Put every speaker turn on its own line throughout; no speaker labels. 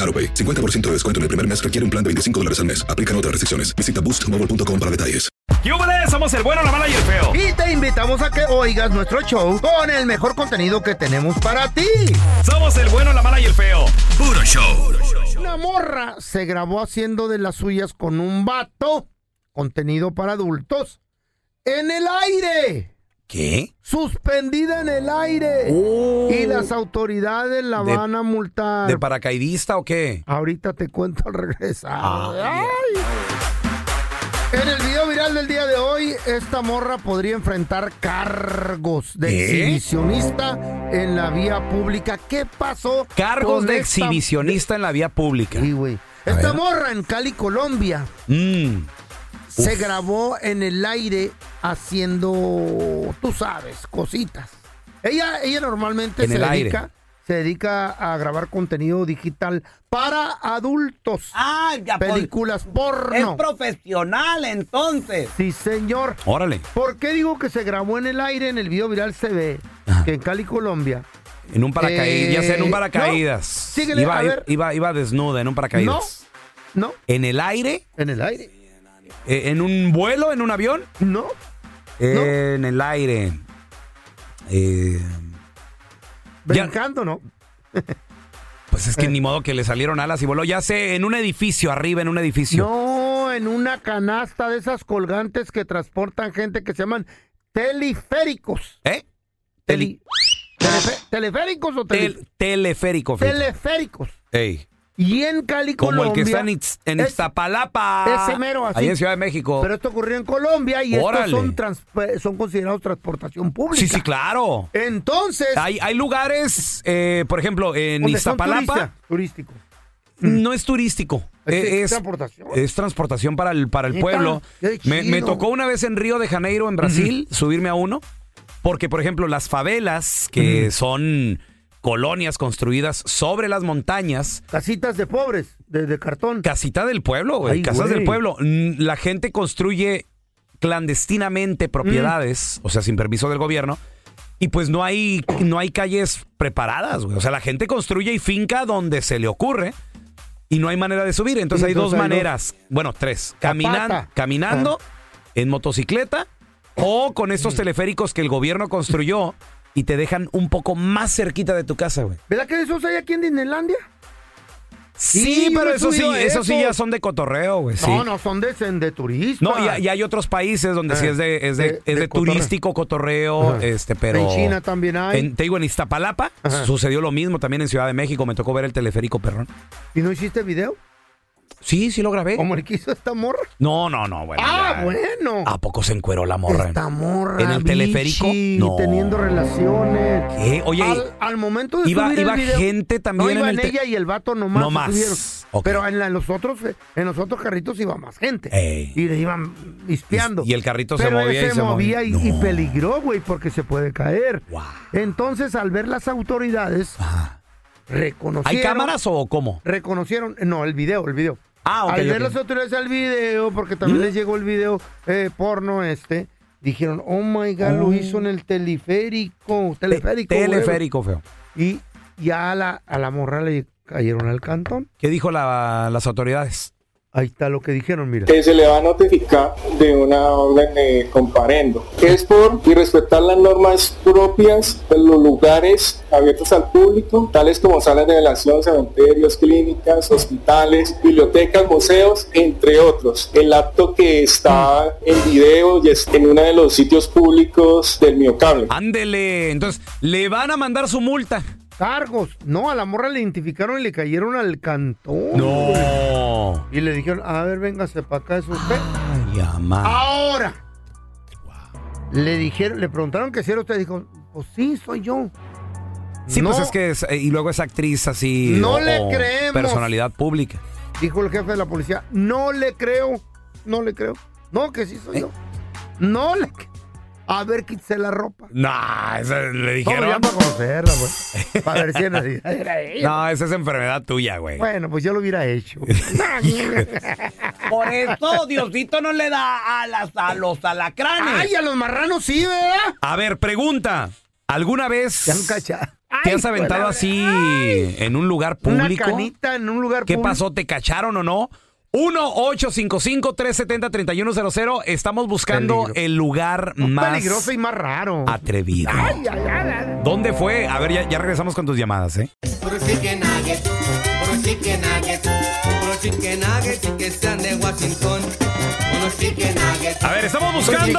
AroPay. 50% de descuento en el primer mes requiere un plan de 25 dólares al mes. Aplican otras restricciones. Visita boostmobile.com para detalles.
¡Yúbales! Somos el bueno, la mala y el feo.
Y te invitamos a que oigas nuestro show con el mejor contenido que tenemos para ti.
Somos el bueno, la mala y el feo. Puro show.
Una morra se grabó haciendo de las suyas con un vato, contenido para adultos, en el aire.
¿Qué? Oh.
Suspendida en el aire. Y las autoridades la
De-
van a multar.
¿De paracaidista o qué?
Ahorita te cuento al regresar.
Ah,
Ay. En el video viral del día de hoy, esta morra podría enfrentar cargos de
¿Qué?
exhibicionista en la vía pública. ¿Qué pasó?
Cargos
con
de
esta-
exhibicionista en la vía pública.
Sí, güey.
A
Esta
ver.
morra en Cali, Colombia,
Mm,
se grabó en el aire haciendo, tú sabes, cositas. Ella, ella normalmente
En
se
el aire.
dedica, se dedica a grabar contenido digital para adultos.
Ah, ya pues,
películas
es
porno.
profesional entonces.
Sí, señor.
Órale,
¿Por qué digo que se grabó en el aire? En el video viral se ve
Ajá.
que en Cali, Colombia.
en un paracaídas,
Eh,
ya sea en un
no,
paracaídas.
síguele,
iba,
a ver.
iba, iba desnuda en un paracaídas.
No,
¿En el aire?
en el aire.
Eh, ¿En un vuelo? ¿En un avión? Eh,
No. No.
En el aire. Eh, Ya.
Brincando, ¿no?
pues es que ni modo que le salieron alas y voló. Ya sé, en un edificio, arriba, en un edificio.
No, en una canasta de esas colgantes que transportan gente que se llaman teleféricos.
¿Eh? Teli-
Telefe- ¿Teleféricos o tele-
tel- teleférico. fíjate.
teleféricos?
Ey.
Y en Cali,
Como
Colombia.
el que está en, Itz- en
es-
Iztapalapa.
ese mero, así.
Ahí en Ciudad de México.
Pero esto ocurrió en Colombia y
Órale.
estos son, trans- son considerados transportación pública.
sí, sí, claro.
Entonces,
Hay, hay lugares, eh, por ejemplo, en
donde son
Iztapalapa
turista- turístico.
no es turístico.
Es que
Eh,
es
Es,
transportación.
es transportación para el, para el
Neta,
pueblo.
qué
Me, me
chido.
tocó una vez en Río de Janeiro, en Brasil, subirme a uno. Porque, por ejemplo, las favelas, que eh, son colonias construidas sobre las montañas,
Casitas de pobres, de, de cartón.
casita del pueblo, güey,
Ay,
casas
güey.
del pueblo. Mm, La gente construye clandestinamente
Mm.
propiedades, o sea, sin permiso del gobierno, y pues no hay, no hay calles preparadas, güey. O sea, la gente construye y finca donde se le ocurre y no hay manera de subir. Entonces hay dos
Entonces hay dos.
maneras, bueno, tres. Caminan-
pata. Ah.
caminando, en motocicleta, o con estos
Mm.
teleféricos que el gobierno construyó y te dejan un poco más cerquita de tu casa, güey.
¿Verdad que de esos hay aquí en Disneylandia?
Sí,
Sí, yo
pero
he
eso sí,
subido a
eso sí
esos.
ya son de cotorreo, güey. sí.
No, no, son de, sen- de turistas.
No, y, y hay otros países donde
Ah,
sí es de, es de,
de-
es
de
de
cotorreo.
turístico, cotorreo,
Ajá.
este, pero...
En China también hay.
en- te digo, en Iztapalapa
Ajá.
sucedió lo mismo también en Ciudad de México. Me tocó ver el teleférico, perrón.
¿Y no hiciste video?
Sí, sí lo grabé.
Como el que hizo esta morra.
No, no, no, bueno.
ah,
ya.
bueno.
¿A poco se encueró la morra?
Esta morra.
¿En el teleférico?
bichi,
No.
Teniendo relaciones.
¿Qué? Eh, Oye,
al, al momento de
iba-
subir
iba
el video,
gente también
no,
en
iban
el te-
ella y el vato nomás.
No más.
subieron.
Ok.
Pero en, la- en los otros, en los otros carritos iba más gente.
Ey.
Y le iban espiando.
Y- y el carrito se
Pero
movía
ese
y se
movía.
movía.
y,
No.
y peligró, güey, porque se puede caer.
Wow.
Entonces, al ver las autoridades,
Ajá.
reconocieron.
¿Hay cámaras o cómo?
Reconocieron, no, el video, el video.
Ah, ok,
Al ver
ok.
las autoridades el video, porque también les llegó el video eh, porno este, dijeron, oh my God, lo hizo en el teleférico. Teleférico. güey".
Teleférico, feo.
Y ya a la, a la morra le cayeron al cantón.
¿Qué dijo la- las autoridades?
Ahí está lo que dijeron, mira.
que se le va a notificar de una orden de comparendo. Es por irrespetar las normas propias de los lugares abiertos al público, tales como salas de velación, cementerios, clínicas, hospitales, bibliotecas, museos, entre otros. El acto que está en video y es en uno de los sitios públicos del miocable.
Ándele. Entonces, le van a mandar su multa.
Cargos. No, a la morra le identificaron y le cayeron al cantón. güey.
No.
Y le dijeron, a ver, véngase para acá, es usted.
Ay,
Ah,
amá.
Ahora. Le dijeron, le preguntaron que si era usted, dijo, pues sí, soy yo.
Sí,
no,
pues es que es, eh, y luego es actriz así.
No
o-
le
o
creemos.
Personalidad pública.
Dijo el jefe de la policía, no le creo, no le creo. No, que sí
¿Eh?
soy yo. No le cre- A ver, quítese la ropa.
Nah, esa- le
No, ya
dijeron.
para conocerla, pues. Para ver si era así. Era ella.
No, esa es enfermedad tuya, güey.
Bueno, pues yo lo hubiera hecho.
Por eso Diosito no le da alas a los alacranes.
¡Ay, a los marranos sí, ¿verdad?
A ver, pregunta. ¿Alguna vez
Ya han cachado.
te
Ay,
has aventado
cola.
así en un lugar
Una
público?
canita en un lugar
¿Qué
público.
pasó? ¿Te cacharon o no? 1-855-370-3100. Estamos buscando
Peligro.
el lugar
Más
más
peligroso y más raro.
atrevido.
Ay, ay, ay, ay.
¿Dónde fue? A ver, ya, ya regresamos con tus llamadas, ¿eh? A ver, estamos buscando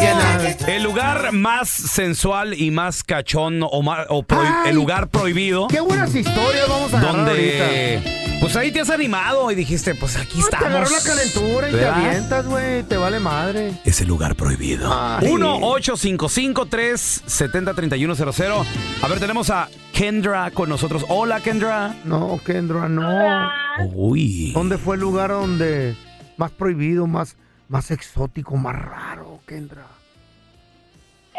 el lugar más sensual y más cachón o, ma- o pro-
Ay.
el lugar prohibido.
Qué buenas historias vamos a agarrar ahorita.
Donde, pues ahí te has animado y dijiste, pues aquí
Te agarró la
estamos.
calentura y te
¿Verdad?
avientas, güey. Te vale madre. Ah,
Es el lugar prohibido.
Ay.
1-855-370-3100. A ver, tenemos a Kendra con nosotros. Hola, Kendra.
No, Kendra, no.
Uy.
¿Dónde fue el lugar donde más prohibido, más, más exótico, más raro, Kendra?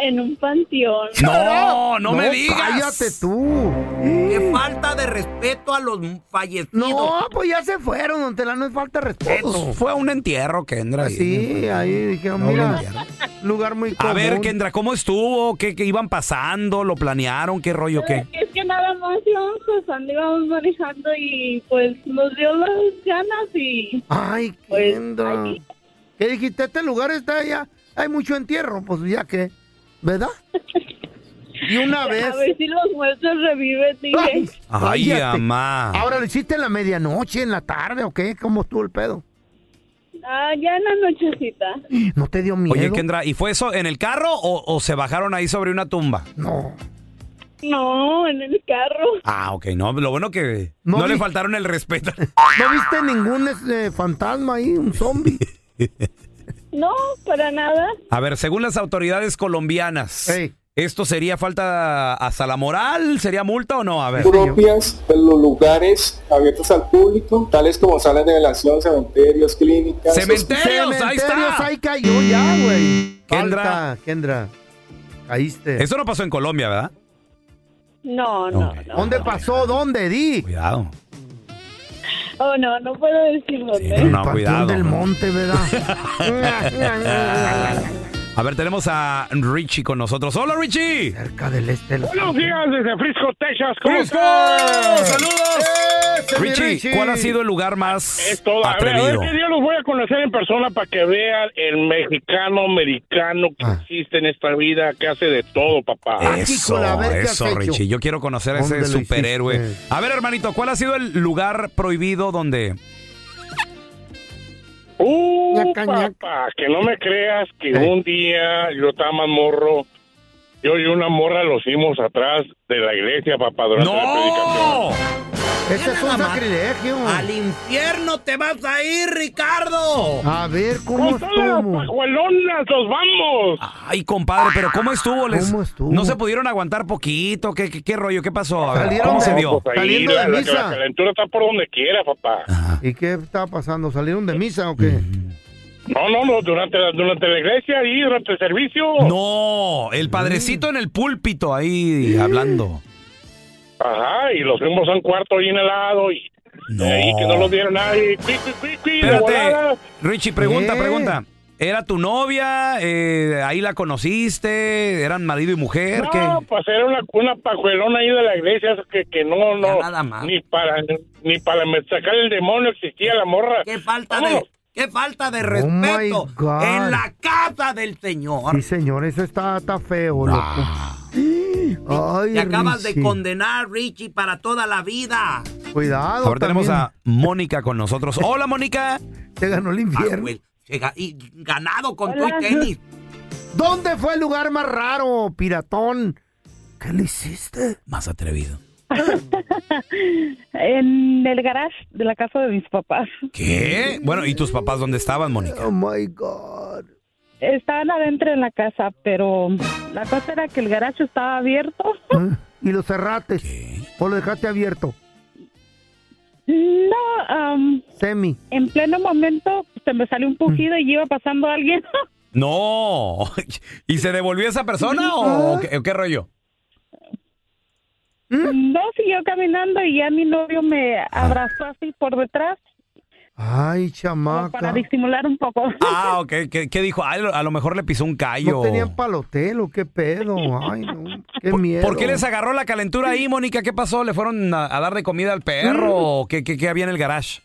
En un panteón.
No, no, me digas.
Cállate tú.
Qué falta de respeto a los fallecidos.
No, pues ya se fueron, don Tela, no es falta de respeto.
Pues fue un entierro, Kendra. ahí.
Sí, ahí dijeron,
No lo
mira,
entierran.
lugar muy común.
A ver, Kendra, ¿cómo estuvo? ¿Qué, qué iban pasando? ¿Lo planearon? ¿Qué rollo? ¿Qué?
Es que nada más íbamos pasando, íbamos manejando y pues nos dio las ganas y
Ay,
Pues,
Kendra.
ahí.
¿Qué dijiste? Este lugar está allá. Hay mucho entierro, pues ya que, ¿verdad? Y una vez.
a ver si los muertos reviven, dije.
Ay,
Cállate.
amá.
Ahora, ¿lo hiciste en la medianoche, en la tarde o qué? ¿Cómo estuvo el pedo?
Ah, ya en la nochecita.
¿No te dio miedo?
Oye, Kendra, ¿y fue eso en el carro o, o se bajaron ahí sobre una tumba?
No.
No, en el carro.
Ah, ok, no, lo bueno que
No
no, le
vi-
faltaron el respeto.
¿No viste ningún este, fantasma ahí, un zombie?
No, para nada.
A ver, según las autoridades colombianas,
Ey.
¿esto sería falta hasta la moral? ¿Sería multa o no? A ver.
propias de los lugares abiertos al público, tales como salas de velación, cementerios, clínicas,
¡Cementerios! ¡Ahí
Cementerios,
está!
ahí cayó ya, güey.
Kendra.
Falta, Kendra. Caíste.
Eso no pasó en Colombia, ¿verdad?
No, no,
Ok.
no.
¿Dónde pasó? ¿Dónde? Di.
Cuidado.
Oh, no, no puedo ¿eh? decir dónde.
Sí, no,
El
no,
Panteón
cuidado.
del monte, ¿verdad?
A ver, tenemos a Richie con nosotros. ¡Hola, Richie!
Cerca del este. la-
¡Frisco! ¡Saludos! Richie, ¿cuál ha sido el lugar más
Es todo. A ver, a ver,
atrevido?
que yo los voy a conocer en persona para que vean el mexicano americano que
Ah.
existe en esta vida, que hace de todo, papá.
Ah,
Aquí con la vez que has
eso,
hecho.
Richie. Yo quiero conocer a
¿Dónde
ese
lo
superhéroe.
hiciste?
A ver, hermanito, ¿cuál ha sido el lugar prohibido donde
Uh,
Ñaca, ñaca.
papá, que no me creas que
Eh.
un día yo estaba más morro, yo y una morra los hicimos atrás de la iglesia, papá, durante la predicación.
¡No!
Ese es un
Nada más.
sacrilegio.
Al infierno te vas a ir, Ricardo.
A ver, ¿cómo
Con todas Pues las
estuvo?
pajuelonas nos vamos.
Ay, compadre, pero ¿cómo estuvo? Les-
¿Cómo estuvo?
¿No se pudieron aguantar poquito? ¿Qué, qué, qué rollo? ¿Qué pasó? A ver,
Salieron
¿Cómo
de-
se dio?
Pues ahí
Saliendo
la,
de
la-
misa.
la calentura está por donde quiera, papá.
¿Y qué estaba pasando? ¿Salieron de misa o qué?
No, no, no, durante la, durante la iglesia, ahí, durante el servicio.
No, el padrecito en el púlpito ahí hablando.
Ajá, y los fuimos a un cuarto bien helado y
No.
De ahí que no los vieron nadie. Cuí, cuí, cuí, cuí, de volada.
Espérate, Richie, pregunta,
¿Qué?
pregunta. ¿Era tu novia? Eh, ¿Ahí la conociste? ¿Eran marido y mujer? ¿Qué?
No, pues era una, una pajuelona ahí de la iglesia eso que, que no, no, ni para ni para sacar el demonio existía la morra.
Qué falta de, qué falta de respeto
Oh God.
en la casa del Señor.
Sí, señor, eso está, está feo, loco. Ay,
Te acabas de
Richie.
condenar, Richie, para toda la vida.
Cuidado.
Ahora tenemos
también.
a Mónica con nosotros. Hola, Ah, Mónica.
Te ganó el infierno.
Llega- Y ganado con tu
Hola.
tenis.
¿Dónde fue el lugar más raro, piratón? ¿Qué le hiciste?
Más atrevido.
En el garage de la casa de mis papás.
¿Qué? Bueno, ¿y tus papás dónde estaban, Mónica?
Oh my God.
Estaban adentro en la casa, pero la cosa era que el garage estaba abierto.
¿Eh? ¿Y lo cerraste? ¿O lo dejaste Ah, abierto?
No, am,
Semi. Mm.
en pleno momento se me salió un pujido y iba pasando alguien.
No. ¿Y se devolvió esa persona o, o qué, o qué rollo?
¿Mm?
No, siguió caminando y ya mi novio me abrazó así por detrás
Ay,
para
chamaca.
disimular un poco.
Ah, ok. ¿Qué, qué dijo? Ay, lo- a lo mejor le pisó un callo.
No tenían palotelo, qué pedo. Ay, no. Qué miedo.
¿Por qué les agarró la calentura ahí, Mónica? ¿Qué pasó? ¿Le fueron a, a dar de comida al
Mm.
perro o qué, qué- qué había en el garage?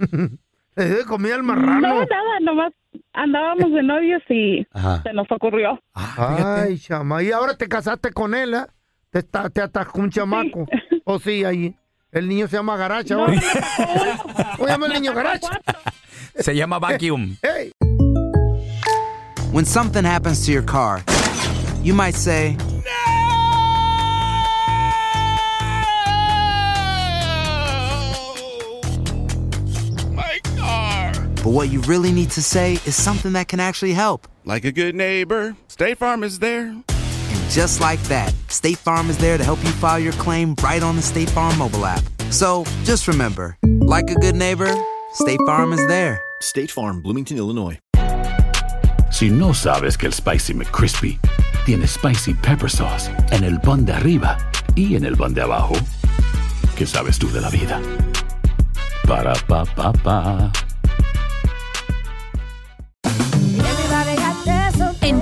Le dio de comida al
No,
marrano.
nada, nomás andábamos de novios y
Ajá.
se nos ocurrió.
Ay, chama. Y ahora te casaste con él, ¿eh? Te, ata- te atascó un chamaco. O sí, ahí. El niño se llama Garacha. ahora. ¿Cómo se llama el niño Garacha?
Se llama vacuum.
Hey.
When something happens to your car, you might say,
My car.
but what you really need to say is something that can actually help.
Like a good neighbor, State Farm is there.
And just like that, State Farm is there to help you file your claim right on the State Farm mobile app. So just remember, like a good neighbor, State Farm is there.
State Farm, Bloomington, Illinois.
Si no sabes que el Spicy McCrispy tiene spicy pepper sauce en el pan de arriba y en el pan de abajo, ¿qué sabes tú de la vida? Para pa pa pa.
En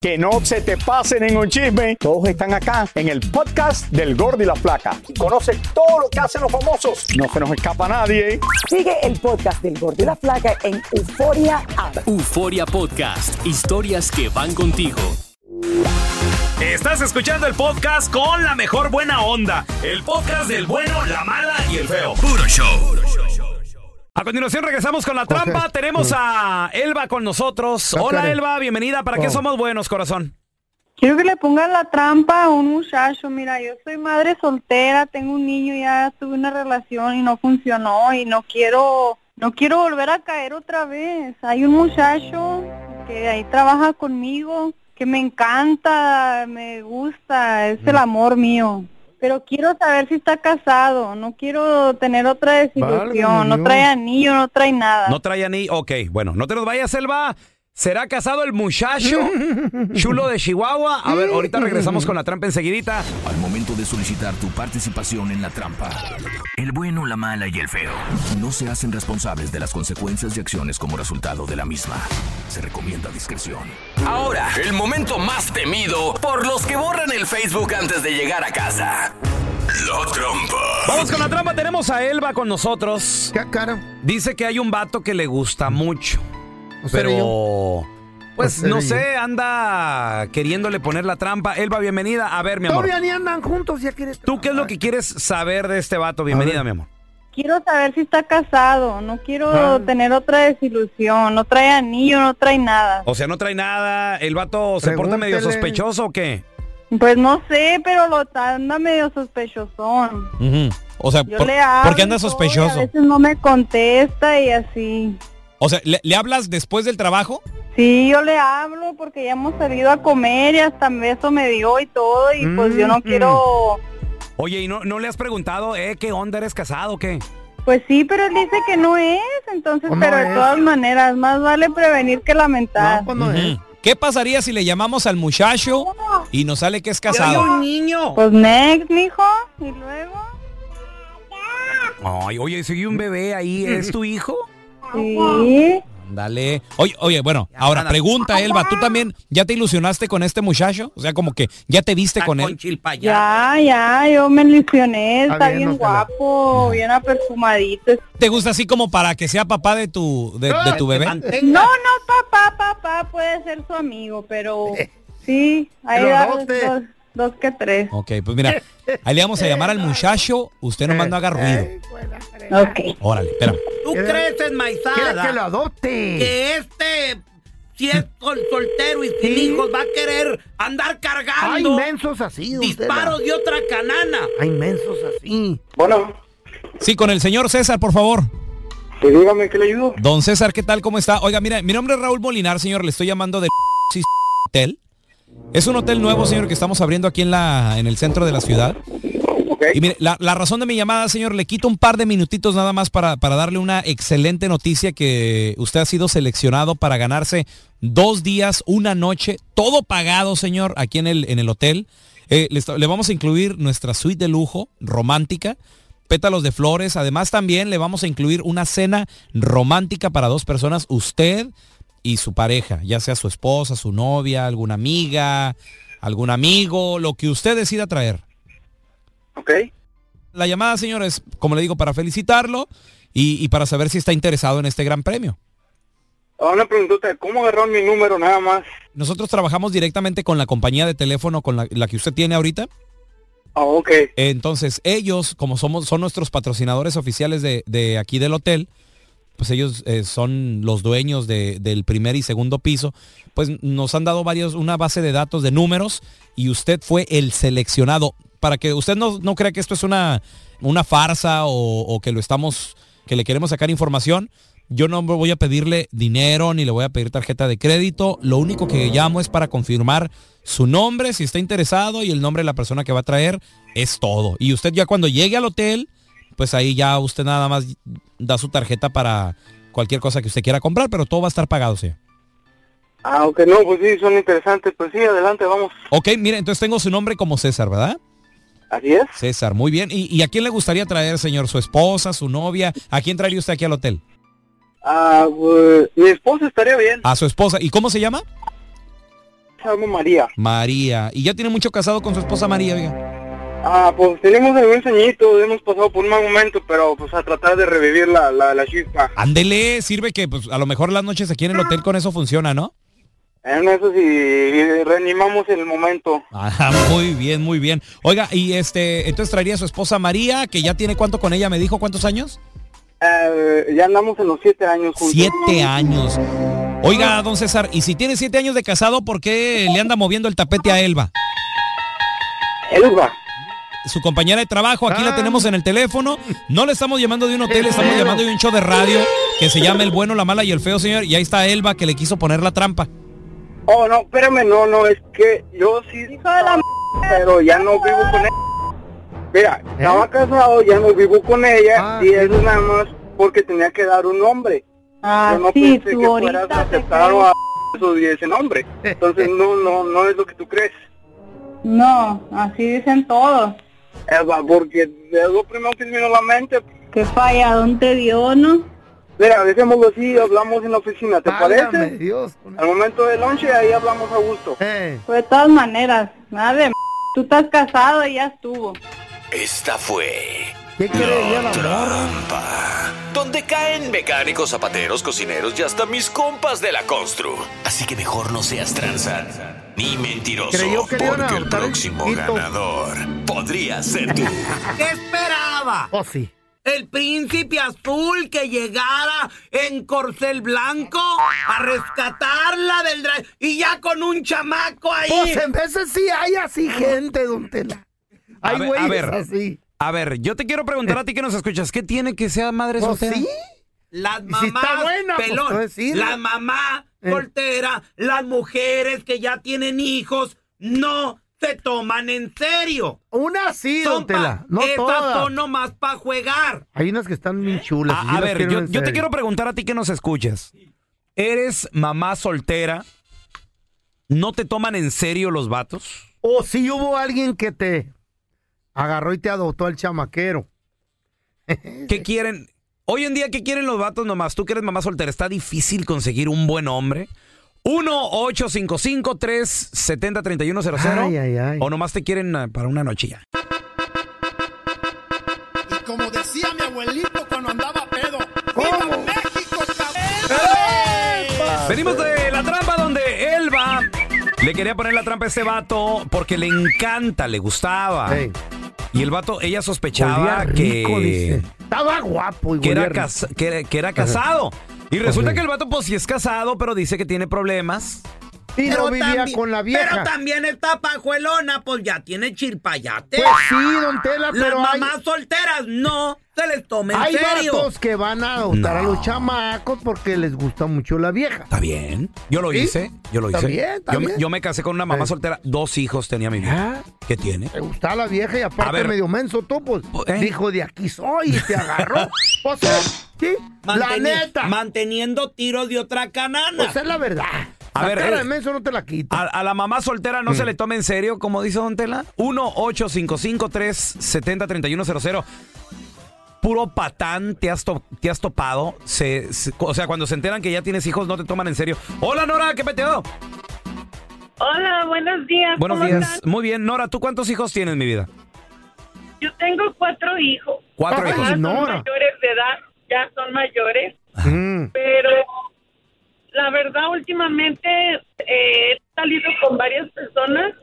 Que no se te pasen en un chisme. Todos están acá en el podcast del Gordi y la Flaca. Conoce todo lo que hacen los famosos. No se nos escapa nadie. Sigue el podcast del Gordi y la Flaca en Euforia
Euforia Podcast, historias que van contigo.
Estás escuchando el podcast con la mejor buena onda. El podcast del bueno, la mala y el feo. Puro show.
A continuación regresamos con la trampa. Tenemos a Elba con nosotros. Hola
Cácare.
Elba, bienvenida. ¿Para qué
Oh.
somos buenos, corazón?
Quiero que le pongan la trampa a un muchacho. Mira, yo soy madre soltera, tengo un niño, ya tuve una relación y no funcionó y no quiero, no quiero volver a caer otra vez. Hay un muchacho que ahí trabaja conmigo, que me encanta, me gusta, es el amor mío. Pero quiero saber si está casado, no quiero tener otra desilusión, no
Dios.
trae anillo, no trae nada.
No trae ni. Ok, bueno, no te nos vayas, Elba. ¿Será casado el muchacho chulo de Chihuahua? A ver, ahorita regresamos con la trampa enseguidita.
Al momento de solicitar tu participación en la trampa, el bueno, la mala y el feo no se hacen responsables de las consecuencias y acciones como resultado de la misma. Se recomienda discreción.
Ahora, el momento más temido por los que borran el Facebook antes de llegar a casa.
La trampa.
Vamos con la trampa, tenemos a Elba con nosotros. Dice que hay un vato que le gusta mucho.
seré
Pero. Pues
No seré
no
yo.
sé, anda queriéndole poner la trampa. Elba, bienvenida. A ver, mi amor.
Todavía ni andan juntos, ya quieres.
¿Tú qué es lo que quieres saber de este vato? Bienvenida, mi amor.
Quiero saber si está casado, no quiero
Ah.
tener otra desilusión, no trae anillo, no trae nada.
O sea, no trae nada. ¿El vato se porta medio
Pregúntele.
sospechoso o qué?
Pues no sé, pero lo anda medio sospechosón.
O sea,
Yo
por,
le hablo
¿por qué anda
y todo, y A
sospechoso?
veces no me contesta y así.
O sea, ¿le, le hablas después del trabajo?
Sí, yo le hablo porque ya hemos salido a comer y hasta beso me dio y todo y pues yo no
Mm-hmm.
Mm,
quiero...
Oye, ¿y no, no le has preguntado, eh, qué onda, eres casado o qué?
Pues sí, pero él dice que no es, entonces,
¿Cómo
pero
es?
de todas maneras, más vale prevenir que lamentar.
pues
Ujú. ¿Qué pasaría si le llamamos al muchacho y nos sale que es casado?
niño. Pues next, mijo. Y luego.
Ay, oye, soy un bebé ahí, ¿es tu hijo?
Sí.
Dale. Oye, oye, bueno, ahora
nada.
pregunta, Elba, ¿tú también ya te ilusionaste con este muchacho? O sea, como que ya te viste con él.
Ya, ya, yo me ilusioné,
Está
está
bien,
bien,
no te la-
guapo, bien aperfumadito.
¿Te gusta así como para que sea papá de tu, de, de tu bebé?
No, no, papá, papá, puede ser su amigo, pero sí, hay
Pero
dos, dos, dos que tres.
Ok, pues mira, ahí le vamos a llamar al muchacho, usted nomás no haga ruido.
Ok.
Órale, espérame.
¿Tú crees, enmaizada?
Eh, ¿Quieres que lo
adopte? Que este, si es sol- soltero y sin hijos, va a querer andar cargando.
Hay mensos Ah, así, don Tela.
Disparos de otra canana.
Hay mensos así.
Bueno. Sí, con el señor César, por favor.
Sí, dígame, ¿qué le ayudo?
Don César, ¿qué tal? ¿Cómo está? Oiga, mira, mi nombre es Raúl Molinar, señor. Le estoy llamando del Hotel. Es un hotel nuevo, señor, que estamos abriendo aquí en la en el centro de la ciudad. Y mire, la, la razón de mi llamada, señor, le quito un par de minutitos nada más para, para darle una excelente noticia que usted ha sido seleccionado para ganarse dos días, una noche, todo pagado, señor, aquí en el, en el hotel. Eh, le, esta- le vamos a incluir nuestra suite de lujo romántica, pétalos de flores. Además, también le vamos a incluir una cena romántica para dos personas, usted y su pareja, ya sea su esposa, su novia, alguna amiga, algún amigo, lo que usted decida traer. La llamada, señores, como le digo, para felicitarlo y, y para saber si está interesado en este gran premio.
Ahora Una preguntota, ¿cómo agarraron mi número nada más?
Nosotros trabajamos directamente con la compañía de teléfono con la, la que usted tiene ahorita.
Ah, ok.
Entonces, ellos, como somos, son nuestros patrocinadores oficiales de, de aquí del hotel, pues ellos eh, son los dueños de- del primer y segundo piso, pues nos han dado varios, una base de datos de números y usted fue el seleccionado. Para que usted no, no crea que esto es una, una farsa o, o que lo estamos, que le queremos sacar información, yo no voy a pedirle dinero ni le voy a pedir tarjeta de crédito. Lo único que llamo es para confirmar su nombre, si está interesado y el nombre de la persona que va a traer es todo. Y usted ya cuando llegue al hotel, pues ahí ya usted nada más da su tarjeta para cualquier cosa que usted quiera comprar, pero todo va a estar pagado, sí.
Ah, ok, no, pues sí, son interesantes. Pues sí, adelante, vamos.
Ok, mire, entonces tengo su nombre como César, ¿verdad?
Así es.
César, muy bien. ¿Y, y a quién le gustaría traer, señor? ¿Su esposa, su novia? ¿A quién traería usted aquí al hotel?
Ah, pues, mi esposa estaría bien.
A su esposa. ¿Y cómo se llama?
Se llama María.
María. ¿Y ya tiene mucho casado con su esposa María, oiga?
Ah, pues tenemos algún sueñito, hemos pasado por un mal momento, pero pues a tratar de revivir la, la, la chispa.
Ándele, sirve que pues, a lo mejor las noches aquí en el hotel con eso funciona, ¿no?
En eso sí, eh, reanimamos el momento.
Ajá, Ah, muy bien, muy bien. Oiga, y este, entonces traería a su esposa María, que ya tiene cuánto con ella, me dijo, ¿cuántos años?
Eh, ya andamos en los siete años juntos.
Siete años. Oiga, don César, y si tiene siete años de casado, ¿por qué le anda moviendo el tapete a Elba?
Elba.
Su compañera de trabajo, aquí la tenemos en el teléfono. No le estamos llamando de un hotel, le estamos llamando de un show de radio que se llama El Bueno, la Mala y el Feo, señor. Y ahí está Elba que le quiso poner la trampa.
Oh, no, espérame, no, no, es que yo sí... Pero ya no vivo con ella. Mira, estaba casado, ya no vivo con ella, y eso nada más porque tenía que dar un nombre.
Ah,
yo no
sí,
pensé
tú
que
ahorita
fueras
te
a aceptar o a eso y ese nombre. Entonces, no, no, no es lo que tú crees.
No, así dicen todos.
Eva, porque es lo primero que se me vino a la mente.
Qué falla, ¿dónde dio, no?
Mira, dejémoslo así, hablamos en la oficina, ¿te parece? Al momento del lunch, ahí hablamos a gusto.
Pues de todas maneras, nada de m- Tú estás casado y ya estuvo.
Esta fue.
¿Qué
la trampa? Donde caen mecánicos, zapateros, cocineros y hasta mis compas de la constru. Así que mejor no seas tranza ni mentiroso,
Creyó que le iban a
porque el
adoptar el
próximo
chiquito.
ganador podría ser tú.
¿Qué esperaba?
Oh, sí.
El príncipe azul que llegara en corcel blanco a rescatarla del dra- y ya con un chamaco ahí.
Pues en veces sí hay así gente, don Tela. Hay
ver,
güeyes
ver.
así.
A ver, yo te quiero preguntar a ti que nos escuchas, ¿qué tiene que sea madre
Pues
soltera?
sí.
las
si está
mamás
buena, pues,
pelón,
entonces sí,
la
¿no?
mamá
Eh.
soltera, las mujeres que ya tienen hijos, no se toman en serio.
Una sí,
son
don Tela, no
esas
todas.
son nomás para jugar.
Hay unas que están bien chulas. y sí
A, a
las
ver,
quiero
yo,
en
yo te
serio.
quiero preguntar a ti que nos escuchas. ¿Eres mamá soltera? ¿No te toman en serio los vatos?
O si hubo alguien que te agarró y te adoptó al chamaquero.
¿Qué quieren? Hoy en día, ¿qué quieren los vatos nomás? Tú que eres mamá soltera, ¿está difícil conseguir un buen hombre? 1-855-370-3100.
Ay, ay, ay.
O nomás te quieren ah, para una nochilla.
Y como decía mi abuelito cuando andaba pedo,
Oh.
¡Viva México,
Venimos de la trampa donde Elba le quería poner la trampa a este vato porque le encanta, le gustaba. Y el vato, ella sospechaba
Olía rico,
que,
dice. Estaba guapo. y
que,
olía
era
rico.
cas- que, era- que era casado. Y resulta
Ajá.
que el vato, pues sí es casado, pero dice que tiene problemas.
Y
Pero
no vivía
tambi-
con la vieja.
Pero también está pajuelona, pues ya tiene chirpayate.
Pues sí, don Tela,
Las
pero hay-
mamás solteras no se les toma en
Hay
serio.
vatos que van a adoptar a
No.
los chamacos porque les gusta mucho la vieja.
Está bien. Yo lo
¿Sí?
hice, yo lo hice.
Está bien, está
yo, me-
bien.
yo me casé con una mamá soltera, dos hijos tenía mi vida.
Ah.
¿Qué tiene?
Está la vieja y aparte
A ver.
medio menso tú, pues.
¿Eh?
Dijo, de aquí soy y te agarró. o sea, sí, la
Manteni-
neta.
Manteniendo tiros de otra canana.
O sea, es la verdad.
A
la
ver,
cara
eh,
de menso no te la quita. Mm.
A, a la mamá soltera no se le tome en serio, como dice Don Tela. 1-855-370-3100. Puro patán te has, to- te has topado. Se- se- o sea, cuando se enteran que ya tienes hijos, no te toman en serio. Hola, Nora, ¿qué peteo?
Hola, buenos días.
Buenos
¿cómo
días.
están?
Muy bien. Nora, ¿tú cuántos hijos tienes, mi vida?
Yo tengo cuatro hijos.
Ah,
Cuatro
Ya
hijos.
son
Nora.
mayores de edad, ya son mayores,
Mm.
pero la verdad últimamente eh, he salido con varias personas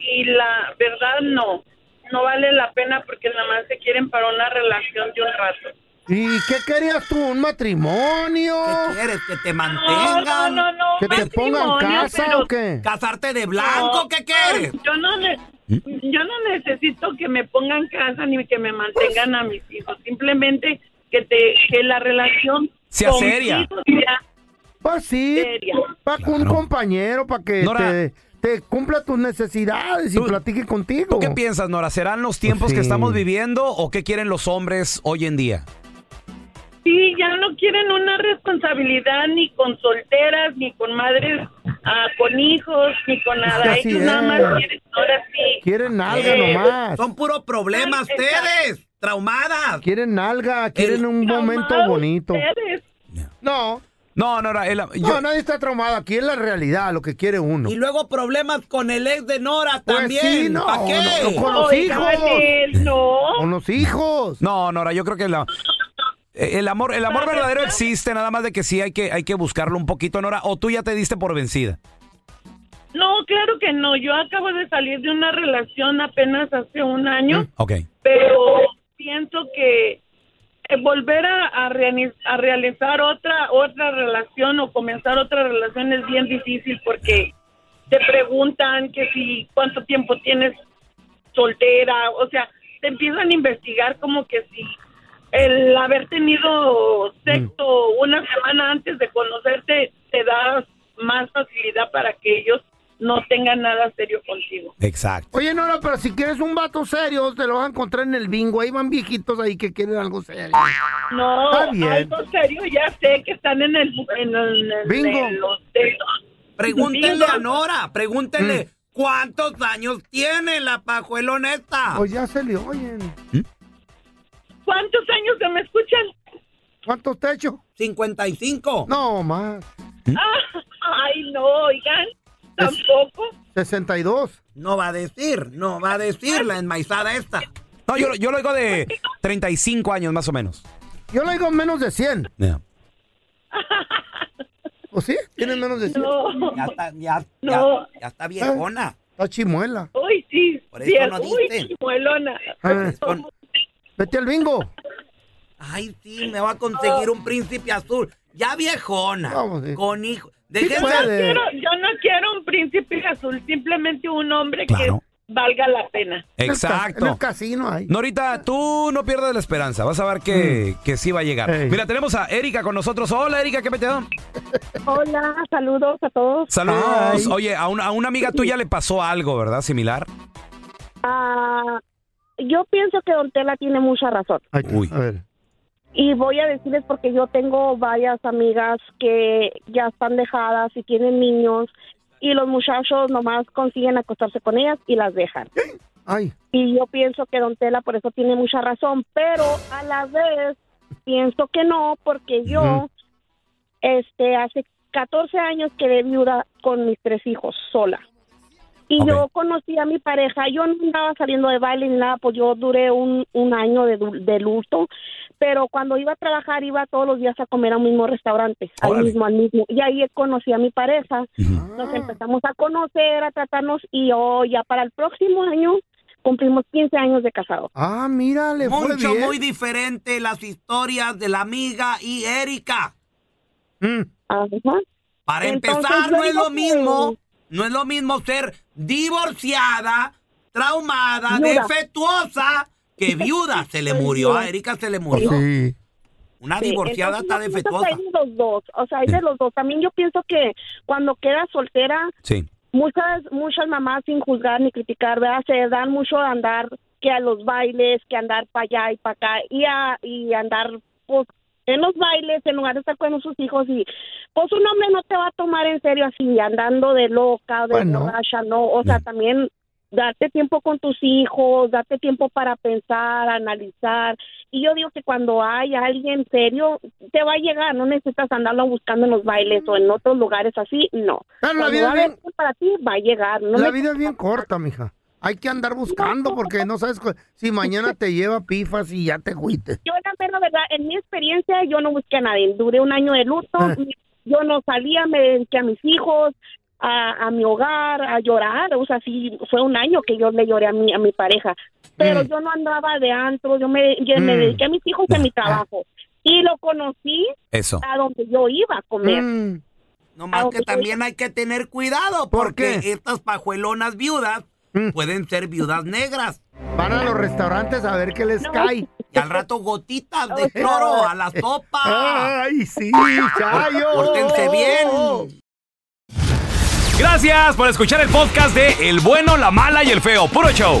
y la verdad no, no vale la pena porque nada más se quieren para una relación de un rato.
¿Y qué querías tú? ¿Un matrimonio?
¿Qué quieres? ¿Que te
No,
mantengan?
no, no, no.
¿Que te pongan
matrimonio,
casa
pero-
o qué?
¿Casarte de blanco?
No,
¿Qué quieres?
Yo no, ne- yo no necesito que me pongan casa ni que me mantengan a mis hijos. Simplemente que, te, que la relación
Sea
con
seria.
hijos sea
Pues sí,
seria.
para un compañero, para que
Nora.
te, te cumpla tus necesidades y platique contigo.
¿Tú qué piensas, Nora? ¿Serán los tiempos
Oh. Pues sí.
que estamos viviendo o qué quieren los hombres hoy en día?
Sí, ya no quieren una responsabilidad ni con solteras, ni con madres, ah, con hijos, ni con
que
nada.
Pues así
Ellos nada
es.
más quieren, ahora sí.
Quieren nalga
Eh,
nomás.
Son puro problema ustedes, traumadas.
Quieren nalga, quieren un momento bonito.
ustedes.
No.
No, Nora, el- yo-
No, nadie está traumado. Aquí es la realidad, lo que quiere uno.
Y luego problemas con el ex de Nora
Pues
también.
sí, no,
¿Para qué?
no, no, con los
Oigan,
hijos.
él, no.
Con los hijos.
No, Nora, yo creo que la- eh, el amor, el amor verdadero existe, nada más de que sí hay que, hay que buscarlo un poquito, Nora. O tú ya te diste por vencida.
No, claro que no. Yo acabo de salir de una relación apenas hace un
Mm,
año,
Ok.
pero siento que eh, volver a, a reani- a realizar otra otra relación o comenzar otra relación es bien difícil porque te preguntan que si cuánto tiempo tienes soltera, o sea, te empiezan a investigar como que si el haber tenido sexo una semana antes de conocerte te da más facilidad para que ellos no tengan nada serio contigo.
Exacto.
Oye, Nora, pero si quieres un vato serio, te lo vas a encontrar en el bingo. Ahí van viejitos ahí que quieren algo serio.
No,
Está bien.
algo serio ya sé que están en el... En el- en
Bingo.
el- los- de-
Pregúntenle
Bingo.
a Nora, pregúntenle
Mm.
cuántos años tiene la pajuelona esta.
Pues ya se le oyen.
¿Cuántos años se me escuchan?
¿Cuántos techos?
55.
No, más.
Ah, ay, no, oigan, tampoco.
62.
No va a decir, no va a decir la enmaizada esta.
No, yo, yo lo digo de 35 años más o menos.
Yo le digo menos de 100.
Ya.
¿O sí? ¿Tienen menos de 100?
No,
Ya está, ya,
No.
ya, ya está viejona.
Ah, Está chimuela.
uy, sí,
Por eso
sí,
no
uy,
dicen.
chimuelona.
Ah, Vete al bingo.
Ay, sí, me va a conseguir un príncipe azul. Ya viejona,
Vamos, sí.
con hijo.
Sí
Déjense,
puede.
Quiero- yo no quiero un príncipe azul, simplemente un hombre
Claro.
que valga la pena.
Exacto.
casino
eh.
ahí.
Norita, tú no pierdas la esperanza. Vas a ver que, que sí va a llegar. Mira, tenemos a Erika con nosotros. Hola, Erika, ¿qué metido?
Hola, saludos a todos.
Saludos. Oye, a, una- a una amiga tuya le pasó algo, ¿verdad? Similar.
Ah, yo pienso que Don Tela tiene mucha razón.
Uy.
Y voy a decirles porque yo tengo varias amigas que ya están dejadas y tienen niños y los muchachos nomás consiguen acostarse con ellas y las dejan. Y yo pienso que Don Tela por eso tiene mucha razón, pero a la vez pienso que no porque yo
Ujú.
este hace 14 años quedé viuda con mis tres hijos sola. Y yo conocí a mi pareja, yo no andaba saliendo de baile ni nada, pues yo duré un, un año de, du- de luto, pero cuando iba a trabajar iba todos los días a comer a un mismo restaurante, al
Órale.
mismo, al mismo. Y ahí conocí a mi pareja, nos empezamos a conocer, a tratarnos y yo ya para el próximo año cumplimos 15 años de casado.
Ah, mira, le
Mucho, muy diferente las historias de la amiga y Erika. Para
Entonces,
empezar,
yo
no es
digo
lo
que-
mismo, no es lo mismo ser divorciada, traumada,
Viuda.
defectuosa, que viuda. Se le murió, a Erika se le murió. Una
Sí,
divorciada está
entonces yo pienso
defectuosa.
que hay de los dos, o sea, hay de los dos. También yo pienso que cuando quedas soltera,
Sí.
muchas muchas mamás sin juzgar ni criticar, ¿verdad? Se dan mucho a andar que a los bailes, que andar para allá y para acá y a y andar pues en los bailes en lugar de estar con sus hijos y pues un hombre no te va a tomar en serio así andando de loca, de
Bueno.
borracha, no, o sea, también darte tiempo con tus hijos, darte tiempo para pensar, analizar. Y yo digo que cuando hay alguien serio, te va a llegar, no necesitas andarlo buscando en los bailes o en otros lugares así, no.
Pero la
Cuando
vida
va a
bien-
haber para ti va a llegar, no
la
necesitas-
vida es bien corta, mija. Hay que andar buscando porque no sabes cu- si mañana te lleva pifas y ya te fuiste.
Yo la mera verdad, en mi experiencia yo no busqué a nadie, duré un año de luto, yo no salía, me dediqué a mis hijos, a, a mi hogar, a llorar, o sea, sí, fue un año que yo le lloré a mi, a mi pareja, pero yo no andaba de antro, yo me, yo me
Mm.
dediqué a mis hijos y a mi trabajo. Y lo conocí
Eso.
a donde yo iba a comer.
Mm. No
Ah,
más que también hay que tener cuidado porque estas pajuelonas viudas pueden ser viudas negras.
Mm. Van a los restaurantes a ver qué les cae.
Y al rato gotitas de cloro a la sopa.
Ay, sí,
chayo. Pórtense bien.
Gracias por escuchar el podcast de El bueno, la mala y el feo. Puro show.